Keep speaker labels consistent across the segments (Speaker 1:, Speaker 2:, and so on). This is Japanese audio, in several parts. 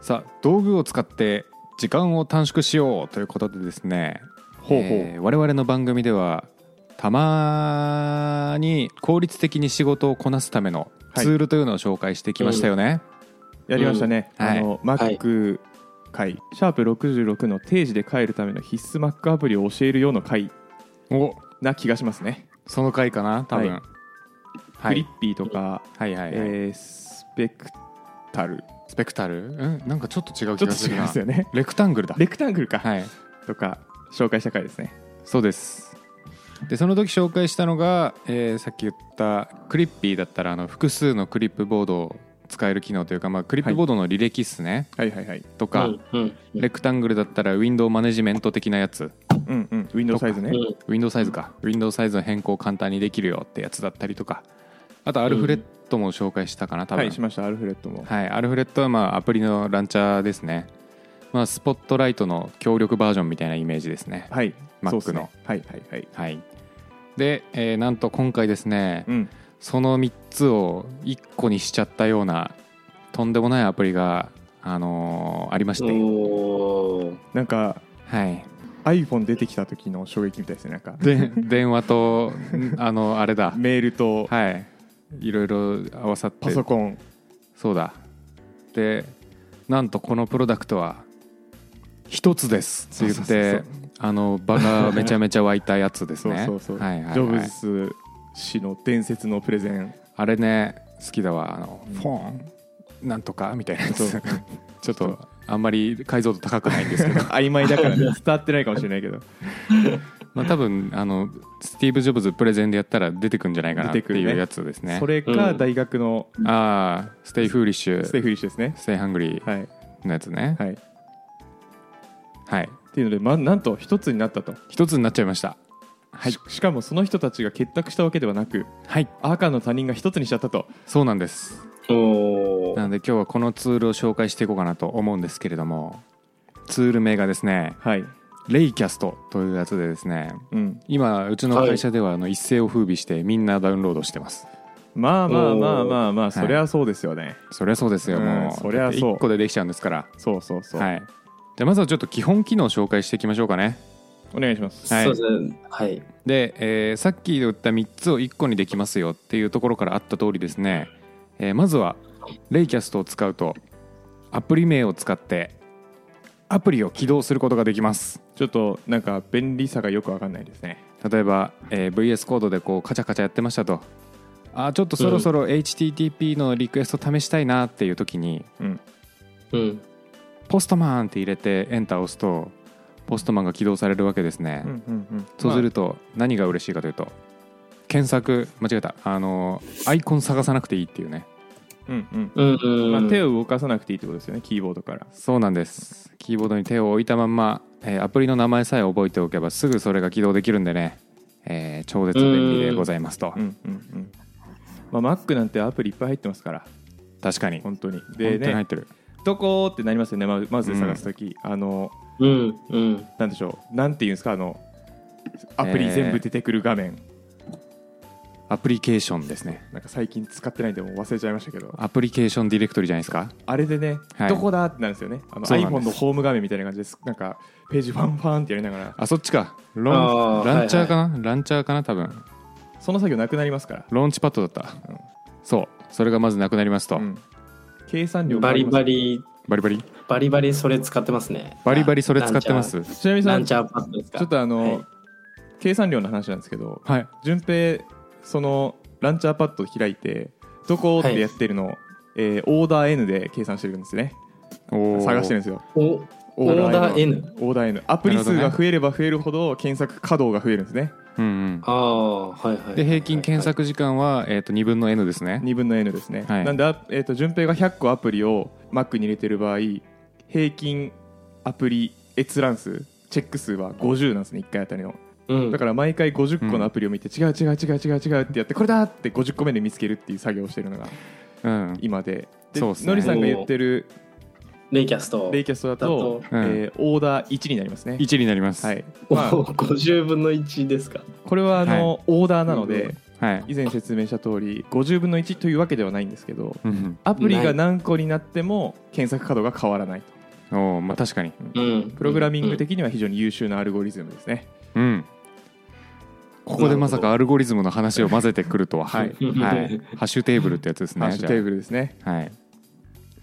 Speaker 1: さあ道具を使って時間を短縮しようということでですね
Speaker 2: ほうほう
Speaker 1: えー我々の番組ではたまに効率的に仕事をこなすための
Speaker 2: はい
Speaker 1: ツールというのを紹介してきましたよね、
Speaker 2: やりましたね、
Speaker 1: うん
Speaker 2: あの Mac 回、シャープ66の定時で帰るための必須 Mac アプリを教えるような回
Speaker 1: お
Speaker 2: な気がしますね、
Speaker 1: その回かな多分、
Speaker 2: は
Speaker 1: は
Speaker 2: クリ
Speaker 1: い、
Speaker 2: ッピーとか、
Speaker 1: はいはいはい
Speaker 2: えースペクタル
Speaker 1: スペクタルうんなんかちょっと違う
Speaker 2: ち
Speaker 1: 気
Speaker 2: ょっ
Speaker 1: が
Speaker 2: と
Speaker 1: す
Speaker 2: 違い
Speaker 1: る
Speaker 2: ま
Speaker 1: な
Speaker 2: すよね
Speaker 1: レクタングルだ
Speaker 2: レクタングルか、
Speaker 1: はい
Speaker 2: とか紹介した回ですね
Speaker 1: そうですでその時紹介したのが、えーさっき言ったクリッピーだったらあの複数のクリップボードを使える機能というか、まあ、クリップボードの履歴っすね、
Speaker 2: はいはいはい
Speaker 1: とか、
Speaker 3: うんうんうん
Speaker 1: レクタングルだったらウィンドウマネジメント的なやつ
Speaker 2: うんうん Windows サイズね
Speaker 3: うん
Speaker 1: ウィンドウサイズかウィンドウサイズの変更を簡単にできるよってやつだったりとかあとアルフレッドも紹介したかな多
Speaker 2: は
Speaker 1: 分、
Speaker 2: いしましたアルフレッドも
Speaker 1: はい、アルフレッドはまあアプリのランチャーですね、まあ、スポットライトの強力バージョンみたいなイメージですね、
Speaker 2: はい
Speaker 1: Mac
Speaker 2: そうっすね
Speaker 1: の
Speaker 2: はいはいはい
Speaker 1: はい、で、えーなんと今回ですね、
Speaker 2: うん
Speaker 1: その3つを1個にしちゃったようなとんでもないアプリが、あのーありまして、
Speaker 3: おー
Speaker 2: なんか
Speaker 1: はい、
Speaker 2: iPhone 出てきた時の衝撃みたいですねなんか
Speaker 1: で電話とんあのあ れだ、
Speaker 2: メールと
Speaker 1: はい、いろいろ合わさって
Speaker 2: パソコン
Speaker 1: そうだでなんとこのプロダクトは一つですって言っ
Speaker 2: そう
Speaker 1: て
Speaker 2: そう
Speaker 1: あの場がめちゃめちゃ湧いたやつです
Speaker 2: そ う
Speaker 1: ね
Speaker 2: そうそうジ
Speaker 1: はいはいはい
Speaker 2: ョブズ氏の伝説のプレゼン
Speaker 1: あれね好きだわあの
Speaker 2: うん
Speaker 1: フォンなんとかみたいなやつ
Speaker 2: そう
Speaker 1: ちょっとあんまり解像度高くないんです けど
Speaker 2: 曖昧だからね 伝わってないかもしれないけど
Speaker 1: まあ多分あのスティーブ・ジョブズプレゼンでやったら出てくんじゃないかなって
Speaker 2: 出てくる
Speaker 1: いう
Speaker 2: ね
Speaker 1: やつですね
Speaker 2: それか大学の
Speaker 1: ああステイ・フーリッシュ
Speaker 2: ステイフリッシュですね
Speaker 1: ステイ・ハングリ
Speaker 2: はい
Speaker 1: ーのやつね
Speaker 2: はいっ
Speaker 1: はい
Speaker 2: ていうのでまなんと一つになったと
Speaker 1: 一つになっちゃいましたはい
Speaker 2: ししかもその人たちが結託したわけではなく
Speaker 1: はい
Speaker 2: 赤の他人が一つにしちゃったと
Speaker 1: そうなんです
Speaker 3: お
Speaker 1: な
Speaker 3: ー
Speaker 1: ので今日はこのツールを紹介していこうかなと思うんですけれどもツール名がですね
Speaker 2: はい
Speaker 1: レイキャストというやつでですね
Speaker 2: うん
Speaker 1: 今うちの会社ではあの一世を風靡してみんなダウンロードしてます
Speaker 2: まあまあまあ
Speaker 3: おー
Speaker 2: まあまあ
Speaker 1: い
Speaker 2: そりゃそうですよね
Speaker 1: そりゃそうですよ
Speaker 2: うん
Speaker 1: もう
Speaker 2: そりゃそう
Speaker 1: 1個でできちゃうんですから
Speaker 2: そうそうそう
Speaker 1: はいじゃあまずはちょっと基本機能を紹介していきましょうかね
Speaker 2: お願いします
Speaker 1: はい
Speaker 3: そうですねはい
Speaker 1: で、えーさっき言った3つを1個にできますよっていうところからあった通りですね、えーまずはレイキャストを使うとアプリ名を使ってアプリを起動することができます
Speaker 2: ちょっとなんか便利さがよくわかんないですね
Speaker 1: 例えば、えー VS コードでこうカチャカチャやってましたとあーちょっとそろそろ HTTP のリクエスト試したいなっていう時に
Speaker 3: うん
Speaker 1: ポストマンって入れてエンターを押すとポストマンが起動されるわけですね、
Speaker 2: うんうんうん
Speaker 1: そうすると何が嬉しいかというと検索間違えたあのアイコン探さなくていいっていうね
Speaker 2: うんうん
Speaker 3: うんうん
Speaker 2: まあ手を動かさなくていいってことですよねキーボードから
Speaker 1: そうなんですキーボードに手を置いたまんま、えーアプリの名前さえ覚えておけばすぐそれが起動できるんでね、えー超絶便利でございますと
Speaker 2: うんうんうんまあ Mac なんてアプリいっぱい入ってますから
Speaker 1: 確かに本
Speaker 2: 本当に
Speaker 1: 当
Speaker 2: で
Speaker 1: に入
Speaker 2: ね
Speaker 1: ってる
Speaker 2: どこってなりますよねマウマウスで探すときあの
Speaker 3: うんうん
Speaker 2: なんでしょうなんていうんですかあのアプリ全部出てくる画面
Speaker 1: アプリケーションですね
Speaker 2: なんか最近使ってないんでもう忘れちゃいましたけど
Speaker 1: アプリケーションディレクトリじゃないですか
Speaker 2: あれでね、
Speaker 1: はい
Speaker 2: どこだってなるんですよねあの
Speaker 1: そうなんで
Speaker 2: iPhone
Speaker 1: す
Speaker 2: のホーム画面みたいな感じですなんかページファンファンってやりながら
Speaker 1: あそっちかロ
Speaker 3: あー
Speaker 1: ンランチャーかな、ランチャーかな多分
Speaker 2: その作業なくなりますから、
Speaker 1: ローンチパッドだった、
Speaker 2: うん
Speaker 1: そうそれがまずなくなりますと、
Speaker 2: うん計算量
Speaker 3: バリバ
Speaker 2: リ
Speaker 3: リ
Speaker 1: バリバリ
Speaker 3: バリバリそれ使ってますね
Speaker 1: バリバリそれ使ってます
Speaker 2: ちなみに
Speaker 3: ラ
Speaker 2: さ
Speaker 3: ン
Speaker 2: んち
Speaker 3: チャーランチャーパッドですか
Speaker 2: ょっとあの、
Speaker 3: はい
Speaker 2: 計算量の話なんですけど
Speaker 1: はい
Speaker 2: 順平そのランチャーパッドを開いてどこってやってるの、えーオーダー N で計算してるんですね探してる
Speaker 1: ん
Speaker 2: んですよ
Speaker 3: おオーダー N
Speaker 2: オーダー N アプリ数が増えれば増えるほど検索稼働が増えるんですね
Speaker 1: うんうん
Speaker 3: ああはいはい
Speaker 1: で平均検索時間は、えー、と2分の N ですね
Speaker 2: 2分の N ですね、
Speaker 1: はい
Speaker 2: なんで、あえー、と順平が100個アプリを Mac に入れてる場合平均アプリ閲覧数チェック数は50なんですね1回あたりの
Speaker 3: うん
Speaker 2: だから毎回50個のアプリを見て、違う違う違う違う違うってやってこれだって50個目で見つけるっていう作業をしてるのが
Speaker 1: うん
Speaker 2: 今でで
Speaker 1: そうっすね
Speaker 2: のりさんが言ってる
Speaker 3: レイキャスト
Speaker 2: レイキャストだと
Speaker 3: だ
Speaker 1: とうん
Speaker 2: えーオーダー1になりますね
Speaker 1: 1になります
Speaker 2: はい、
Speaker 3: お
Speaker 2: まあ、
Speaker 3: 50分の1ですか
Speaker 2: これはあの、オーダーなので、
Speaker 3: うん
Speaker 1: はい
Speaker 2: 以前説明した通り50分の1というわけではないんですけど
Speaker 1: うん
Speaker 2: アプリが何個になっても検索角が変わらないと
Speaker 1: うんおーまあ確かに
Speaker 3: うん、
Speaker 2: プログラミング的には非常に優秀なアルゴリズムですね、
Speaker 1: うんここでまさかアルゴリズムの話を混ぜてくるとは、 は
Speaker 2: はいい、
Speaker 1: はい、ハッシュテーブルってやつですね。
Speaker 2: ハッシュテーブルですね
Speaker 1: じゃあはい。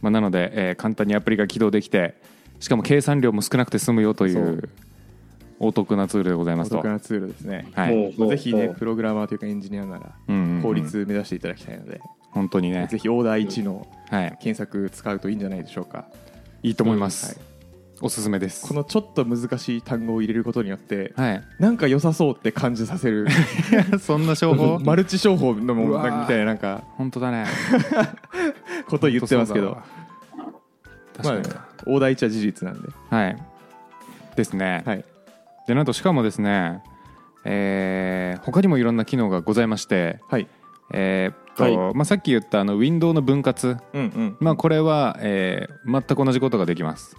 Speaker 1: まあ、なので、えー簡単にアプリが起動できて、しかも計算量も少なくて済むよとい
Speaker 2: そうう
Speaker 1: お得なツールでございま
Speaker 2: お
Speaker 1: すと
Speaker 2: 得。なツールですね、
Speaker 1: はい。
Speaker 3: もう
Speaker 2: まあぜひ
Speaker 3: も
Speaker 2: ね
Speaker 3: う
Speaker 2: プログラマーというかエンジニアなら
Speaker 1: うんうんうん
Speaker 2: 効率目指していただきたいので、
Speaker 1: 本当にね
Speaker 2: ぜ。ひオーダー1の
Speaker 1: はい。
Speaker 2: 検索使うといいんじゃないでしょうか、
Speaker 1: いいと思います。
Speaker 2: はい、
Speaker 1: おすすめです。
Speaker 2: このちょっと難しい単語を入れることによって
Speaker 1: はい。
Speaker 2: なんか良さそうって感じさせる
Speaker 1: そんな情報。
Speaker 2: マルチ商法のも
Speaker 1: う
Speaker 2: の
Speaker 1: わー
Speaker 2: みたいななんか
Speaker 1: 本当だね。
Speaker 2: ことを言ってますけど
Speaker 1: 本当
Speaker 2: ま
Speaker 1: そ
Speaker 2: あ
Speaker 1: う
Speaker 2: ね
Speaker 1: だわ。確か
Speaker 2: オーダー1は事実なんで、
Speaker 1: に。はい。ですね。
Speaker 2: はい、
Speaker 1: でなんとしかもですね、えー他にもいろんな機能がございまして、
Speaker 2: はい
Speaker 1: えーっとまあ、さっき言ったあのウィンドウの分割、
Speaker 2: うんうん
Speaker 1: まあ、これは、えー全く同じことができます。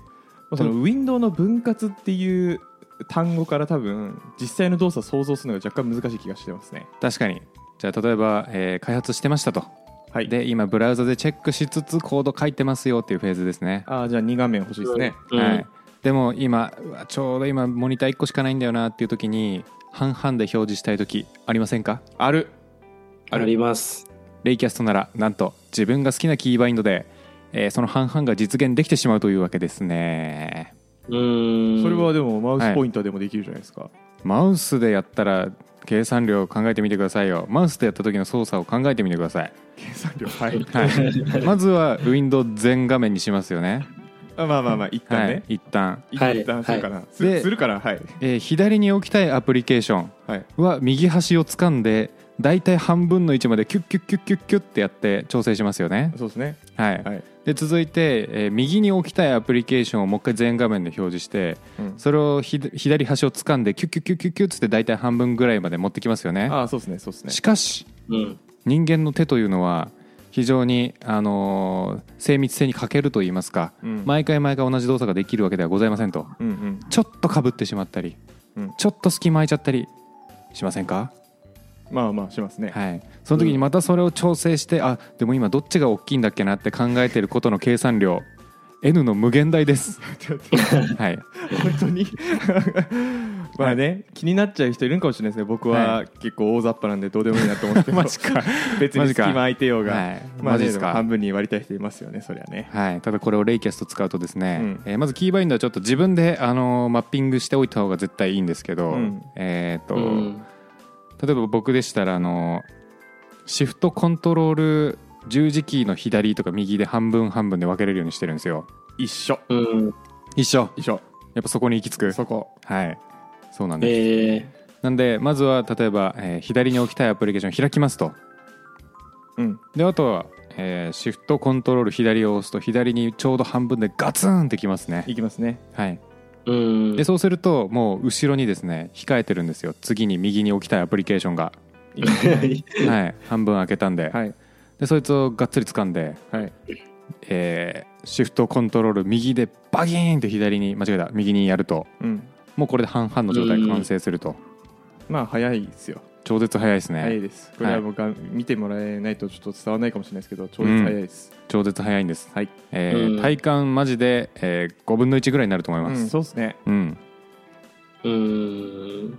Speaker 2: そのウィンドウの分割っていう単語から多分実際の動作を想像するのが若干難しい気がしてますね
Speaker 1: 確かにじゃあ例えば、えー開発してましたと、
Speaker 2: はい
Speaker 1: で今ブラウザでチェックしつつコード書いてますよっていうフェーズですね、
Speaker 2: ああじゃあ2画面欲しいですね、
Speaker 3: うん
Speaker 1: はい、でも今うわちょうど今モニター1個しかないんだよなっていう時に半々で表示したい時ありませんか
Speaker 2: ある
Speaker 3: あります。
Speaker 1: レイキャストならなんと自分が好きなキーバインドで、えーその半々が実現できてしまうというわけですね
Speaker 3: うーん。
Speaker 2: それはでもマウスポインターでもできるじゃないですか、
Speaker 1: マウスでやったら計算量を考えてみてくださいよマウスでやった時の操作を考えてみてください、
Speaker 2: 計算量はい
Speaker 1: はい、まずは Windows 全画面にしますよね
Speaker 2: あまあまあまあ一
Speaker 1: は
Speaker 2: 旦
Speaker 1: い
Speaker 2: ね、
Speaker 1: 一旦、
Speaker 3: はい
Speaker 2: 一旦するかな、す
Speaker 1: で
Speaker 2: るからはい
Speaker 1: えー左に置きたいアプリケーション
Speaker 2: はい
Speaker 1: は右端を掴んでだいたい半分の位置までキュッキュッキュッキュッキュッってやって調整しますよね
Speaker 2: そうですね
Speaker 1: はい
Speaker 2: はい、
Speaker 1: で続いて、えー右に置きたいアプリケーションをもう一回全画面で表示して
Speaker 2: うん
Speaker 1: それをひ左端を掴んでキュッキュッキュッキュッキュッつって大体半分ぐらいまで持ってきますよね
Speaker 2: ああそうですねそうですね
Speaker 1: しかし
Speaker 3: うん。
Speaker 1: 人間の手というのは非常に、あのー精密性に欠けると言いますか、
Speaker 2: うん
Speaker 1: 毎回毎回同じ動作ができるわけではございませんと
Speaker 2: うんうん
Speaker 1: ちょっとかぶってしまったり、
Speaker 2: うん
Speaker 1: ちょっと隙間空いちゃったりしませんか、
Speaker 2: まあまあしますね、
Speaker 1: はい、その時にまたそれを調整して、あでも今どっちが大きいんだっけなって考えてることの計算量 N の無限大 です、
Speaker 2: ちょっと本
Speaker 1: はい、
Speaker 2: 当 にまあね気になっちゃう人いるんかもしれないですね僕
Speaker 1: は
Speaker 2: は結構大雑把なんでどうでもいいなと思って ます
Speaker 1: か、
Speaker 2: 別
Speaker 1: マ
Speaker 2: に
Speaker 1: ジ
Speaker 2: 隙
Speaker 1: か
Speaker 2: 間空いてようが、
Speaker 1: はい、
Speaker 2: ま
Speaker 1: マ
Speaker 2: あ
Speaker 1: ジ
Speaker 2: ね、
Speaker 1: で
Speaker 2: ですも
Speaker 1: か
Speaker 2: 半、分に割りたい人いますよねそりゃね
Speaker 1: はい、ただこれをレイキャスト使うとですね、
Speaker 2: うん
Speaker 1: えーまずキーバインドはちょっと自分で、あのーマッピングしておいた方が絶対いいんですけど、
Speaker 2: うん
Speaker 1: えーっと
Speaker 3: うん。
Speaker 1: 例えば僕でしたらあのシフトコントロール十字キーの左とか右で半分半分で分けれるようにしてるんですよ
Speaker 2: 一緒
Speaker 3: うん。
Speaker 1: 一緒
Speaker 2: 一緒
Speaker 1: やっぱそこに行き着く
Speaker 2: そこ
Speaker 1: はいそうなんです、
Speaker 3: ええ
Speaker 1: なんでまずは例えば、えー左に置きたいアプリケーションを開きますと
Speaker 2: うん
Speaker 1: であとは、えーシフトコントロール左を押すと左にちょうど半分でガツンってきますね
Speaker 2: いきますね
Speaker 1: はい
Speaker 3: うん。
Speaker 1: でそうするともう後ろにですね控えてるんですよ次に右に置きたいアプリケーション が、
Speaker 2: いきますね
Speaker 1: はい、半分開けたんで,、
Speaker 2: はい
Speaker 1: でそいつをがっつり掴んで
Speaker 2: はい
Speaker 1: えーシフトコントロール右でバギーンって左に間違えた右にやると
Speaker 2: うん
Speaker 1: もうこれで半々の状態完成すると
Speaker 2: まあ早いですよ
Speaker 1: 超絶早いですね、
Speaker 2: 早いですこれはもうが、見てもらえないとちょっと伝わらないかもしれないですけど超絶早いです、
Speaker 1: 超絶早いんです、
Speaker 2: はい
Speaker 1: えー
Speaker 3: うん
Speaker 1: 体感マジで、え5分の1ぐらいになると思いま
Speaker 2: うん
Speaker 1: す、
Speaker 2: そうですね
Speaker 1: うん
Speaker 3: うん。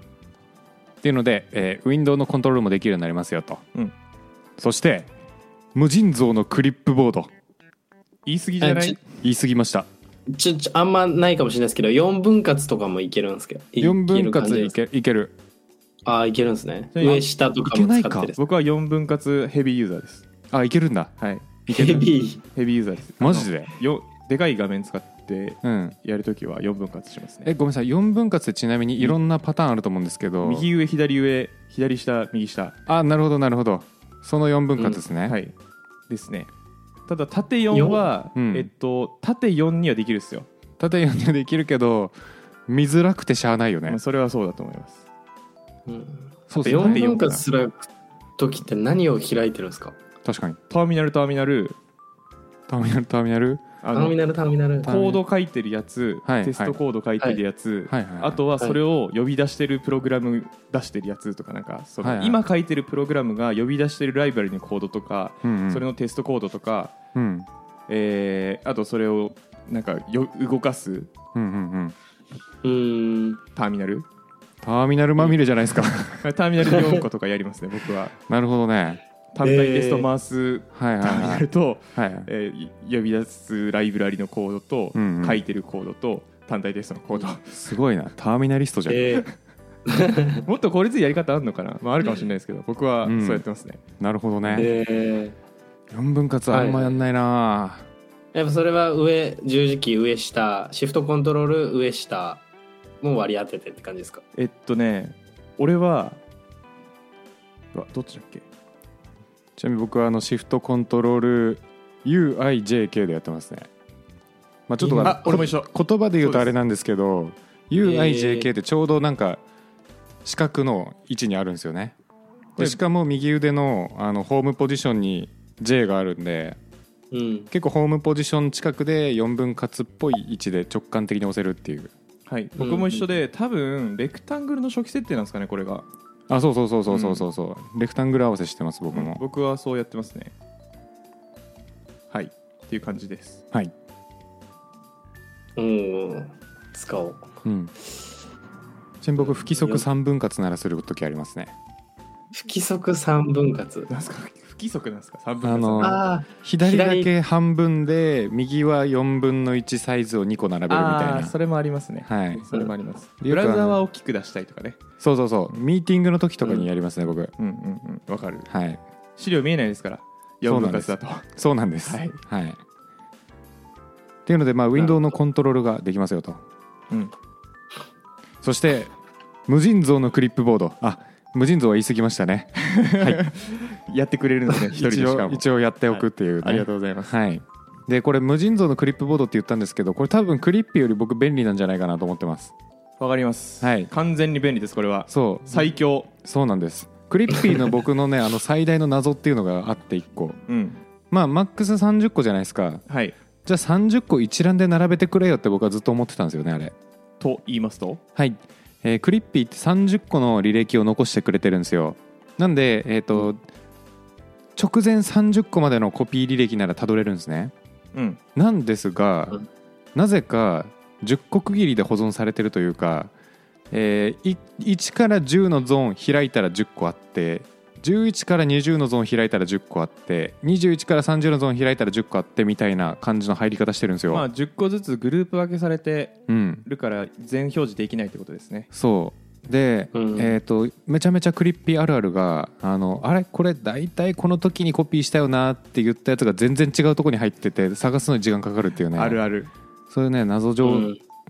Speaker 1: っていうので、えーウィンドウのコントロールもできるようになりますよと、
Speaker 2: うん
Speaker 1: そして無尽蔵のクリップボード
Speaker 2: 言い過ぎじゃな
Speaker 3: あち
Speaker 2: い
Speaker 1: 言い過ぎました
Speaker 3: ちょ、ちょ、あんまないかもしれないですけど、四分割とかもいけるんですけど。い
Speaker 1: 4分
Speaker 3: ける感じ
Speaker 1: 割
Speaker 3: で
Speaker 1: い
Speaker 3: すか
Speaker 1: けいける
Speaker 3: ああ、いけるんですね。
Speaker 2: じゃあ
Speaker 3: 上下とかも
Speaker 1: いけ
Speaker 3: 使
Speaker 1: ない
Speaker 3: っ
Speaker 1: か
Speaker 3: てです。
Speaker 2: 僕は4分割ヘビーユーザーです
Speaker 1: あいけるんだ
Speaker 2: はい
Speaker 3: ヘビー。
Speaker 2: ヘビーユーザーです
Speaker 1: マジで
Speaker 2: あのよでかい画面使って
Speaker 1: うん
Speaker 2: やるときは4分割します
Speaker 1: え
Speaker 2: ね
Speaker 1: ごめんなさい4分割ってちなみにいろんなパターンあると思うんですけど
Speaker 2: 右上左上左下右下
Speaker 1: あなるほどなるほどその4分割ですね、
Speaker 2: はいですねただ縦4は、
Speaker 1: うん
Speaker 2: えっと縦4にはできるですよ、
Speaker 1: 縦読みはできるけど見づらくてしゃあないよ
Speaker 2: ま
Speaker 1: ね
Speaker 2: あ、それはそうだと思います
Speaker 3: うん
Speaker 1: そうです
Speaker 3: 四
Speaker 1: ね
Speaker 2: 縦
Speaker 3: 分割する時って何を開いてるんですか
Speaker 1: 確かに
Speaker 2: ターミナルターミナル
Speaker 1: ターミナルターミナル
Speaker 2: あ
Speaker 3: ター
Speaker 2: の
Speaker 3: ミナルターミナル
Speaker 2: コード書いてるやつ、
Speaker 1: はい
Speaker 2: テストコード書いてるやつ、
Speaker 1: はいはいはい
Speaker 2: あとはそれを呼び出してるプログラム出してるやつとかなんかその
Speaker 1: はいはい
Speaker 2: 今書いてるプログラムが呼び出してるライバルのコードとか、
Speaker 1: うんうん
Speaker 2: それのテストコードとか、
Speaker 1: うん
Speaker 2: えーあとそれをなんかよ動かす
Speaker 1: うんうんうん
Speaker 3: うーん
Speaker 2: ターミナル
Speaker 1: ターミナルまみれじゃないですか
Speaker 2: ターミナル4個とかやります ね僕は
Speaker 1: なるほどね
Speaker 2: 単体テスト回す
Speaker 1: はいは
Speaker 2: ターミナル
Speaker 1: い
Speaker 2: と、
Speaker 1: はいはい
Speaker 2: えー呼び出すライブラリのコードと、
Speaker 1: うんうん
Speaker 2: 書いてるコードと単体テストのコード
Speaker 1: すごいなターミナリストじゃん、
Speaker 3: えー
Speaker 2: もっと効率いいやり方あるのかな、まあ、あるかもしれないですけど僕は
Speaker 1: うん
Speaker 2: そうやってますね、
Speaker 1: なるほどね
Speaker 3: え
Speaker 1: 4分割あんまやんないな、
Speaker 3: ーやっぱそれは上十字キー上下シフトコントロール上下も割り当ててって感じですか
Speaker 2: えっとね俺はうわどっちだっけ
Speaker 1: ちなみに僕はあのシフトコントロール UIJK でやってますね、まあ、ちょっと
Speaker 2: あ俺も一緒
Speaker 1: 言葉で言うとあれなんですけど UIJK
Speaker 3: え
Speaker 1: ってちょうどなんか四角の位置にあるんですよねで
Speaker 2: で
Speaker 1: しかも右腕のあのホームポジションに J があるんで
Speaker 3: うん
Speaker 1: 結構ホームポジション近くで4分割っぽい位置で直感的に押せるっていう
Speaker 2: はい僕も一緒で、多分レクタングルの初期設定なんですかねこれが
Speaker 1: あそうそうそうそうそうそうそう、レクタングル合わせしてます僕も、
Speaker 2: 僕はそうやってますねはいっていう感じです
Speaker 1: はい、
Speaker 3: おー使おう
Speaker 1: うん、ちなみに僕不規則3分割ならする時ありますね
Speaker 3: 不規則三分割
Speaker 2: なんすか不規則なんですか3分の3
Speaker 1: あの
Speaker 3: あ
Speaker 1: 左だけ半分で右は4分の1サイズを2個並べるみたい
Speaker 2: あー
Speaker 1: な
Speaker 2: それもありますね
Speaker 1: はい
Speaker 2: それもあります
Speaker 1: うん
Speaker 2: ブラウザーは大きく出したいとかね
Speaker 1: そうそうそうミーティングの時とかにやりますね、僕
Speaker 2: うんうんうんわかる
Speaker 1: はい
Speaker 2: 資料見えないですから
Speaker 1: そうな
Speaker 2: 4
Speaker 1: ん
Speaker 2: 分
Speaker 1: で
Speaker 2: 割
Speaker 1: す
Speaker 2: だと
Speaker 1: そうなんです
Speaker 2: はい、
Speaker 1: っていうのでまあウィンドウのコントロールができますよと
Speaker 2: うん
Speaker 1: そして無尽蔵のクリップボードあ無尽蔵は言い過ぎましたね
Speaker 2: やってくれるんですね 一人でし
Speaker 1: 一
Speaker 2: か
Speaker 1: 応
Speaker 2: も
Speaker 1: 一応やっておくっていうね、
Speaker 2: ありがとうございます
Speaker 1: はいでこれ無尽蔵のクリップボードって言ったんですけどこれ多分クリップより僕便利なんじゃないかなと思ってます
Speaker 2: わかります
Speaker 1: はい
Speaker 2: 完全に便利ですこれは
Speaker 1: そう
Speaker 2: 最強
Speaker 1: そうなんですクリッピーの僕の ねあの最大の謎っていうのがあって1個
Speaker 2: うん
Speaker 1: まあマックス30個じゃないですか
Speaker 2: はい
Speaker 1: じゃあ30個一覧で並べてくれよって僕はずっと思ってたんですよねあれ
Speaker 2: と言いますと
Speaker 1: はい、えークリッピーって30個の履歴を残してくれてるんですよなんでえっ、と、直前30個までのコピー履歴ならたどれるんですね
Speaker 2: うん
Speaker 1: なんですが、
Speaker 3: うん
Speaker 1: なぜか10個区切りで保存されてるというか、えーい1から10のゾーン開いたら10個あって11から20のゾーン開いたら10個あって21から30のゾーン開いたら10個あってみたいな感じの入り方してるんですよ、
Speaker 2: まあ10個ずつグループ分けされて
Speaker 1: うん
Speaker 2: るから全表示できないってことですね
Speaker 1: そうで、
Speaker 3: うん
Speaker 1: えー、とめちゃめちゃクリッピーあるあるがあのあれこれ大体この時にコピーしたよなって言ったやつが全然違うとこに入ってて探すのに時間かかるっていうね
Speaker 2: あるある
Speaker 1: そういうね謎
Speaker 3: ー
Speaker 1: 状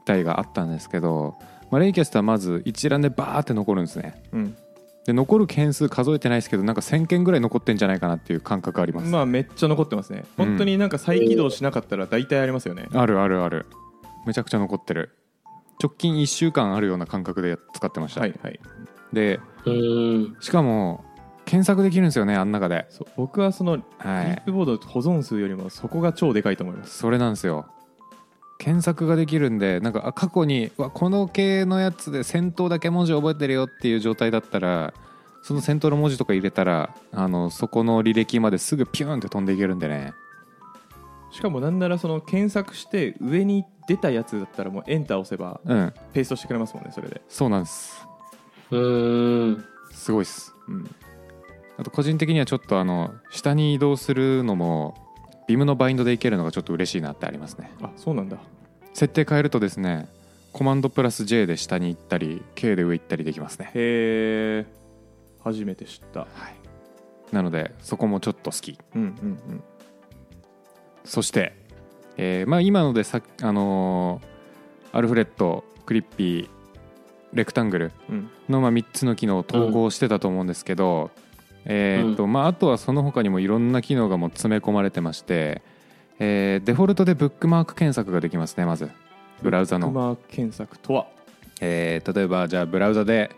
Speaker 1: 態があったんですけど、まあ、レイキャストはまず一覧でバーって残るんですね
Speaker 2: うん
Speaker 1: で残る件数数えてないですけどなんか1000件ぐらい残ってんじゃないかなっていう感覚あります、
Speaker 2: まあめっちゃ残ってますね
Speaker 1: うん
Speaker 2: 本当になんか再起動しなかったら大体ありますよね
Speaker 1: あるあるあるめちゃくちゃ残ってる直近1週間あるような感覚で使ってました、
Speaker 2: はいはい
Speaker 1: で
Speaker 3: うーん
Speaker 1: しかも検索できるんですよねあん中で
Speaker 2: そう僕はそのリ
Speaker 1: は
Speaker 2: ッ
Speaker 1: い
Speaker 2: プボード保存数よりもそこが超でかいと思います
Speaker 1: それなんですよ検索ができるんでなんかあ過去にうわこの系のやつで先頭だけ文字覚えてるよっていう状態だったらその先頭の文字とか入れたらあのそこの履歴まですぐピューンって飛んでいけるんでね
Speaker 2: しかもなんならその検索して上に出たやつだったらもうエンター押せば
Speaker 1: うん
Speaker 2: ペーストしてくれますもんねそれで
Speaker 1: そうなんです
Speaker 3: うーん
Speaker 1: すごいっす
Speaker 2: うん
Speaker 1: あと個人的にはちょっとあの下に移動するのもビムのバインドでいけるのがちょっと嬉しいなってありますね
Speaker 2: あそうなんだ
Speaker 1: 設定変えるとですねコマンドプラス J で下に行ったり K で上行ったりできますね
Speaker 2: へえ初めて知った
Speaker 1: はいなのでそこもちょっと好き
Speaker 2: うんうん
Speaker 1: そして、えーまあ、今のでさ、あのーアルフレッドクリッピーレクタングル
Speaker 2: うんうん
Speaker 1: の、まあ、3つの機能を統合してたと思うんですけど、えーっとまあ、あとはその他にもいろんな機能がもう詰め込まれてまして、えーデフォルトでブックマーク検索ができますねまずブラウザ
Speaker 2: ブック
Speaker 1: の、
Speaker 2: マーク検索とは
Speaker 1: えー例えばじゃあブラウザで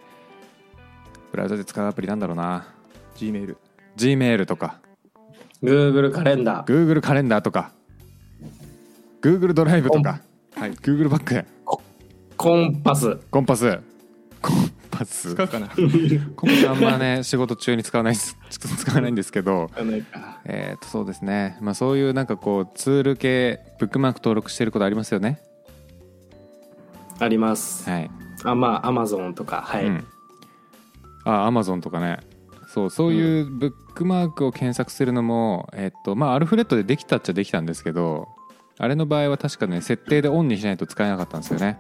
Speaker 1: ブラウザで使うアプリなんだろうな
Speaker 2: Gmail
Speaker 1: Gmail とか
Speaker 3: Google カレンダー
Speaker 1: Google カレンダーとか Google ドライブとか、はい、Google バック
Speaker 3: コンパス
Speaker 1: コンパスコンパス
Speaker 2: 使う かな
Speaker 1: コンパスあんま ね仕事中に使わないですちょっと使わないんですけど
Speaker 3: あなんか
Speaker 1: えーとそうですねまあそういうなんかこうツール系ブックマーク登録してることありますよね
Speaker 3: あります、
Speaker 1: はい、
Speaker 3: あまあアマゾンとかはい、
Speaker 1: うん、あアマゾンとかねそうそういうブックマークを検索するのも、えっとまあアルフレッドでできたっちゃできたんですけどあれの場合は確かね設定でオンにしないと使えなかったんですよね